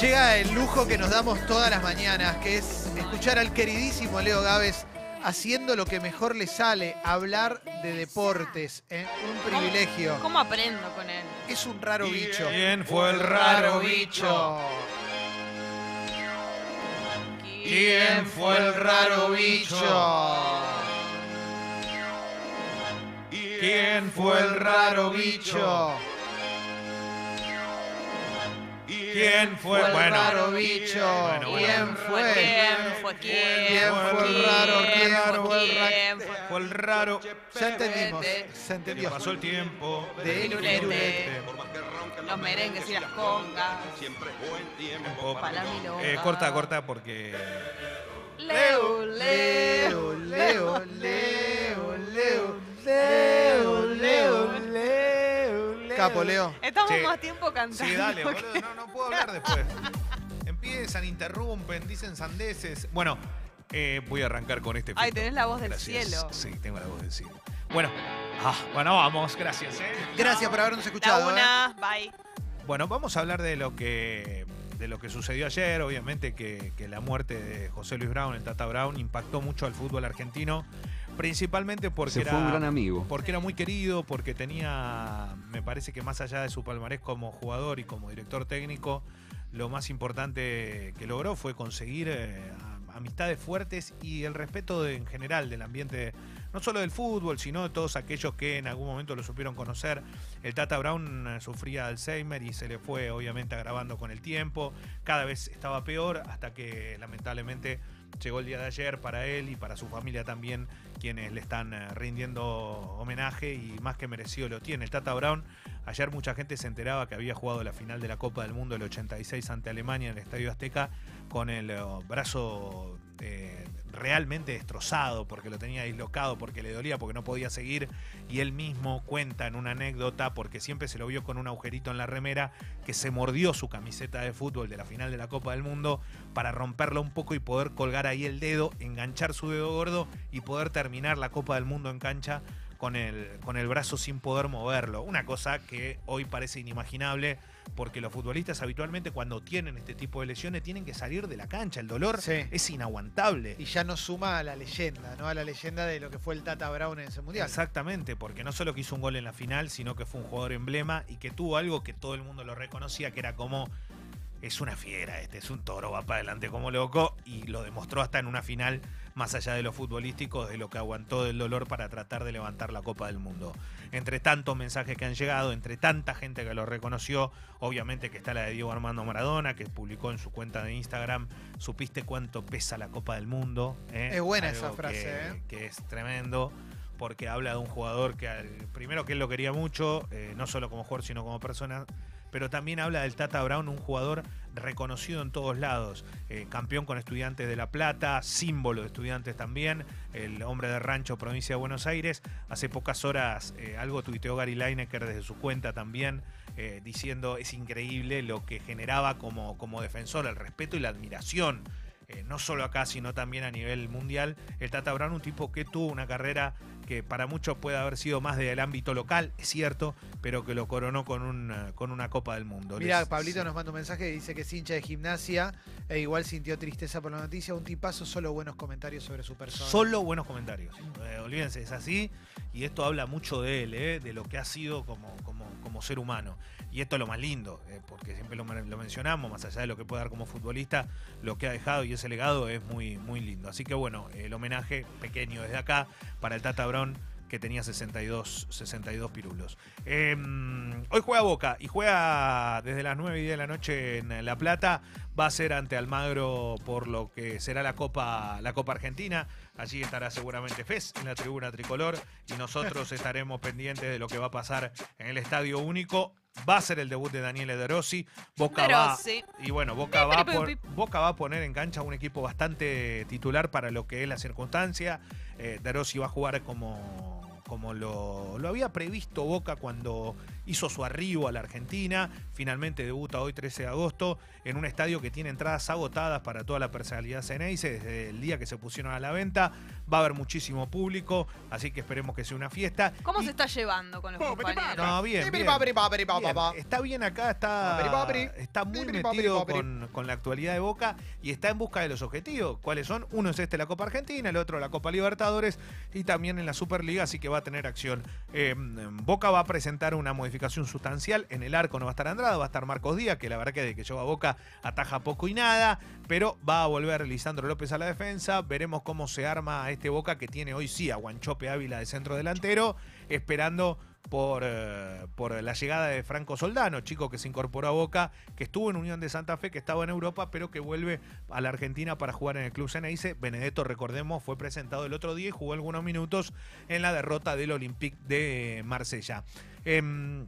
Llega el lujo que nos damos todas las mañanas, que es escuchar al queridísimo Leo Gávez haciendo lo que mejor le sale, hablar de deportes. ¿eh? Un privilegio. ¿Cómo aprendo con él? Es un raro bicho. ¿Quién fue el Raro bicho. ¿Quién fue el raro bicho? ¿Quién fue el raro bicho? ¿Quién fue? el bueno, raro bicho? Bueno, bueno. ¿Quién fue? ¿Quién fue? ¿Quién fue el raro? ¿Quién ¿Quién fue? fue el ¿Quién ra- fue? fue el raro. Ya entendimos. Se que entendió. pasó el tiempo De Pirulete. Pirulete. Los merengues y las congas. Tiempo. Para la milonga. Eh, corta, corta porque Leo, Leo, Leo. Leo, Leo, Leo, Leo, Leo, Leo, Leo. Capo, Leo. Estamos Sí. más tiempo cantando. Sí, dale, que- boludo. No, no puedo hablar después. Empiezan, interrumpen, dicen sandeces. Bueno, eh, voy a arrancar con este. Ay, efecto. tenés la voz del Gracias. cielo. Sí, tengo la voz del cielo. Bueno, ah, bueno, vamos, gracias. ¿eh? Gracias por habernos La escuchado. ¿eh? una, bye. Bueno, vamos a hablar de lo que de lo que sucedió ayer, obviamente que, que la muerte de José Luis Brown, el Tata Brown, impactó mucho al fútbol argentino, principalmente porque Se era fue un gran amigo. porque era muy querido, porque tenía, me parece que más allá de su palmarés como jugador y como director técnico, lo más importante que logró fue conseguir eh, a- amistades fuertes y el respeto de- en general del ambiente, no solo del fútbol, sino de todos aquellos que en algún momento lo supieron conocer. El Tata Brown eh, sufría Alzheimer y se le fue obviamente agravando con el tiempo, cada vez estaba peor hasta que lamentablemente llegó el día de ayer para él y para su familia también, quienes le están eh, rindiendo homenaje y más que merecido lo tiene. El Tata Brown, ayer mucha gente se enteraba que había jugado la final de la Copa del Mundo del 86 ante Alemania en el Estadio Azteca con el eh, brazo eh, realmente destrozado porque lo tenía dislocado, porque le dolía, porque no podía seguir y él mismo cuenta en una anécdota porque siempre se lo vio con un agujerito en la remera que se mordió su camiseta de fútbol de la final de la Copa del Mundo para romperla un poco y poder colgar ahí el dedo, enganchar su dedo gordo y poder terminar la Copa del Mundo en cancha con el, con el brazo sin poder moverlo. Una cosa que hoy parece inimaginable porque los futbolistas habitualmente cuando tienen este tipo de lesiones tienen que salir de la cancha. El dolor Sí. es inaguantable. ¿eh? Y ya nos suma a la leyenda, ¿no? A la leyenda de lo que fue el Tata Brown en ese mundial. Exactamente, porque no solo que hizo un gol en la final, sino que fue un jugador emblema y que tuvo algo que todo el mundo lo reconocía, que era como es una fiera este, es un toro, va para adelante como loco y lo demostró hasta en una final más allá de lo futbolístico, de lo que aguantó del dolor para tratar de levantar la Copa del Mundo. Entre tantos mensajes que han llegado, entre tanta gente que lo reconoció, obviamente que está la de Diego Armando Maradona, que publicó en su cuenta de Instagram, supiste cuánto pesa la Copa del Mundo. ¿Eh? Es buena esa frase, que- ¿eh? que es tremendo porque habla de un jugador que al- primero que él lo quería mucho, eh, no solo como jugador, sino como persona, pero también habla del Tata Brown, un jugador reconocido en todos lados, eh, campeón con estudiantes de La Plata, símbolo de estudiantes también, el hombre de rancho provincia de Buenos Aires. Hace pocas horas eh, algo tuiteó Gary Lineker desde su cuenta también, eh, diciendo es increíble lo que generaba como, como defensor, el respeto y la admiración eh, no solo acá, sino también a nivel mundial. El Tata Brown, un tipo que tuvo una carrera que para muchos puede haber sido más del ámbito local, es cierto, pero que lo coronó con, un, eh, con una Copa del Mundo. Mirá, Les- Pablito sí. nos manda un mensaje que dice que es hincha de gimnasia e igual sintió tristeza por la noticia. Un tipazo, solo buenos comentarios sobre su persona. Solo buenos comentarios. Eh, olvídense, es así. Y esto habla mucho de él, eh, de lo que ha sido como, como, como ser humano. Y esto es lo más lindo, eh, porque siempre lo, lo mencionamos, más allá de lo que puede dar como futbolista, lo que ha dejado y ese legado es muy, muy lindo. Así que bueno, el homenaje pequeño desde acá para el Tata Brown, que tenía 62, 62 pirulos. Eh, hoy juega Boca y juega desde las 9 y 10 de la noche en La Plata. Va a ser ante Almagro por lo que será la Copa, la Copa Argentina. Allí estará seguramente Fez en la tribuna tricolor y nosotros estaremos pendientes de lo que va a pasar en el Estadio Único. Va a ser el debut de Daniel Ederossi. Boca De va, Rossi. y bueno, Boca va, a Pi, pi, pon- pi. Boca va a poner en cancha un equipo bastante titular para lo que es la circunstancia. Eh, De Rossi va a jugar como, como lo, lo había previsto Boca cuando hizo su arribo a la Argentina, finalmente debuta hoy 13 de agosto en un estadio que tiene entradas agotadas para toda la personalidad Ceneice desde el día que se pusieron a la venta, va a haber muchísimo público, así que esperemos que sea una fiesta. ¿Cómo Y- se está llevando con los compañeros? No, bien, bien. Bien, Bien. Está bien acá, Paperi, está, paperi. está muy Paperi, paperi, metido paperi. con, con la actualidad de Boca y está en busca de los objetivos. ¿Cuáles son? Uno es este, la Copa Argentina, el otro la Copa Libertadores y también en la Superliga, así que va a tener acción. Eh, Boca va a presentar una modificación sustancial. En el arco no va a estar Andrada, va a estar Marcos Díaz, que la verdad que de que lleva a Boca ataja poco y nada, pero va a volver Lisandro López a la defensa. Veremos cómo se arma este Boca que tiene hoy sí a Guanchope Ávila de centro delantero, esperando por, eh, por la llegada de Franco Soldano, chico que se incorporó a Boca, que estuvo en Unión de Santa Fe, que estaba en Europa, pero que vuelve a la Argentina para jugar en el Club Ceneice. Benedetto, recordemos, fue presentado el otro día y jugó algunos minutos en la derrota del Olympique de Marsella. Em,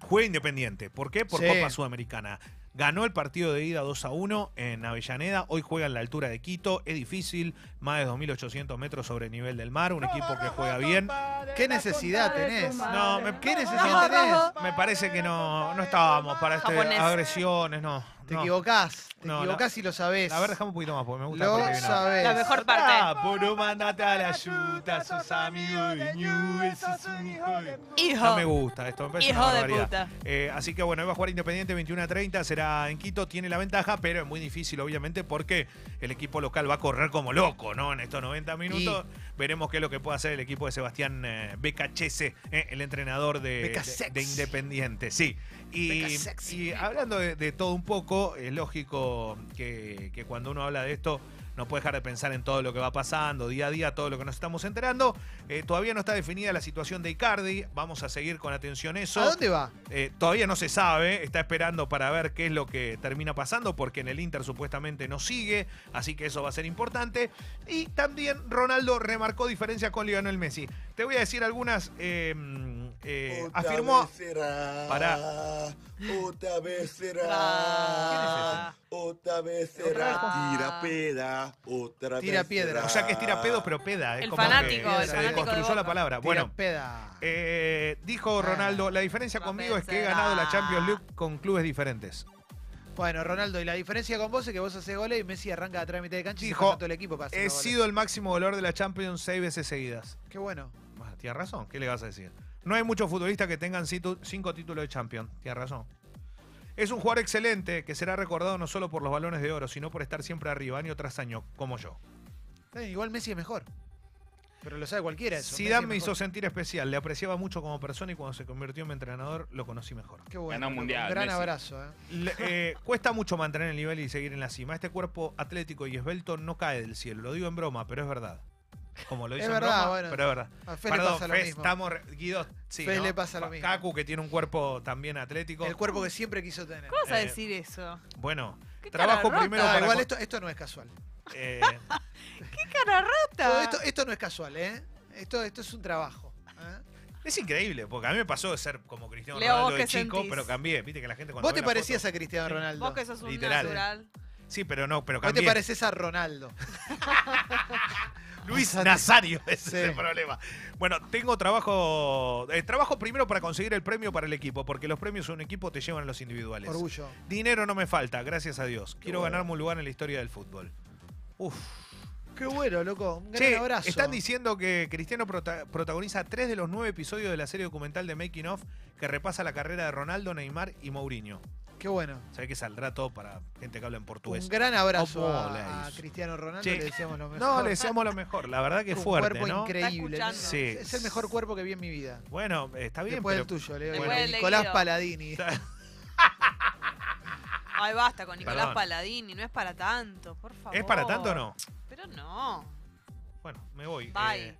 juega Independiente. ¿Por qué? Por Sí. Copa Sudamericana. Ganó el partido de ida 2 a 1 en Avellaneda. Hoy juega en la altura de Quito. Es difícil, más de 2.800 metros sobre el nivel del mar. Un equipo que juega bien. ¿Qué necesidad tenés? No, me, ¿Qué necesidad No, tenés? me parece que no, no estábamos para este- Japonés. agresiones, no. Te no. equivocás, te No, la- equivocás y lo sabés. A ver, dejame un poquito más porque me gusta. Lo porque no. sabés. La mejor parte. Ah, puro mandate a la yuta, sos amigo de Ñu, ese es un hijo de- Hijo. No me gusta esto, me parece Hijo una de puta. barbaridad. Eh, así que bueno, hoy va a jugar Independiente 21 a 30, será en Quito, tiene la ventaja, pero es muy difícil obviamente porque el equipo local va a correr como loco, ¿no? En estos 90 minutos veremos qué es lo que puede hacer el equipo de Sebastián eh, Becachese, eh, el entrenador de, Beca de- sexy. de Independiente, sí. Y, Beca sexy. y hablando de, de todo un poco, es lógico que, que cuando uno habla de esto... No puede dejar de pensar en todo lo que va pasando, día a día, todo lo que nos estamos enterando. Eh, todavía no está definida la situación de Icardi. Vamos a seguir con atención eso. ¿A dónde va? Eh, todavía no se sabe, está esperando para ver qué es lo que termina pasando, porque en el Inter supuestamente no sigue, así que eso va a ser importante. Y también Ronaldo remarcó diferencia con Lionel Messi. Te voy a decir algunas. eh, eh, Otra afirmó. vez será. Pará. Otra vez Tra- será. Otra vez Eh, será. Otra Tira vez. peda. Otra Tira vez piedra. será. O sea que es tira pedo, pero peda. es El como fanático, que el se fanático de deconstruyó Boca. la palabra. Bueno, Tira peda. eh, dijo Ronaldo: La diferencia Otra conmigo vez es que he ganado la será. Champions League con clubes diferentes. Bueno, Ronaldo, y la diferencia con vos es que vos haces goles y Messi arranca atrás de mitad de cancha y se Dijo, pasa todo el equipo para hacer He los goles. sido el máximo goleador de la Champions seis veces seguidas. Qué bueno. Ah, Tienes razón, ¿qué le vas a decir? No hay muchos futbolistas que tengan citu- cinco títulos de Champions, tienes razón. Es un jugador excelente que será recordado no solo por los balones de oro, sino por estar siempre arriba, año tras año, como yo. Está bien, igual Messi es mejor. Pero lo sabe cualquiera eso. Messi Zidane es me hizo mejor. sentir especial, le apreciaba mucho como persona y cuando se convirtió en mi entrenador lo conocí mejor. Qué bueno. Ganó un loco, mundial, gran Messi. abrazo. ¿eh? Le- eh, cuesta mucho mantener el nivel y seguir en la cima. Este cuerpo atlético y esbelto no cae del cielo, lo digo en broma, pero es verdad. Como lo Es dice en verdad, broma, bueno. pero es verdad. A Fe Perdón, le pasa lo Fe, mismo. estamos re- Guido, sí, Fe ¿no? le pasa lo Pa- mismo. Cacu, que tiene un cuerpo también atlético. El cuerpo que siempre quiso tener. ¿Cómo vas a Eh, decir eso? Bueno, ¿Qué trabajo cara primero Ah, para igual con- esto, esto no es casual. eh, ¿Qué cara Todo rota? esto, esto no es casual, ¿eh? Esto, esto es un trabajo. ¿eh? es increíble, porque a mí me pasó de ser como Cristiano Leo, Ronaldo ¿vos de qué chico, sentís? pero cambié. Viste que la gente cuando Vos ve te la parecías foto- a Cristiano Ronaldo. Vos que sos un Literal. natural. Sí, pero no, pero Vos te cambié. pareces a Ronaldo. Luis Nazario, ese Sí. es el problema. Bueno, tengo trabajo. eh, trabajo primero para conseguir el premio para el equipo, porque los premios de un equipo te llevan a los individuales. Orgullo. Dinero no me falta, gracias a Dios. Quiero bueno. ganarme un lugar en la historia del fútbol. Uf. Qué bueno, loco. Un gran Che, abrazo. están diciendo que Cristiano prota- protagoniza tres de los nueve episodios de la serie documental de Making Off que repasa la carrera de Ronaldo, Neymar y Mourinho. Qué bueno. Sabés que saldrá todo para gente que habla en portugués. Un gran abrazo Oh, a, a bolas. Cristiano Ronaldo. Che. Le deseamos lo mejor. No, le deseamos lo mejor. La verdad que Un fuerte, cuerpo ¿no? increíble. Está ¿no? escuchando. Sí. Es el mejor cuerpo que vi en mi vida. Bueno, eh, está bien, Después pero del tuyo, Leo. Después del de Nicolás Guido. Paladini. Ay, basta con Nicolás Perdón. Paladini, no es para tanto, por favor. ¿es para tanto o no? Pero no. Bueno, me voy. Bye. Eh,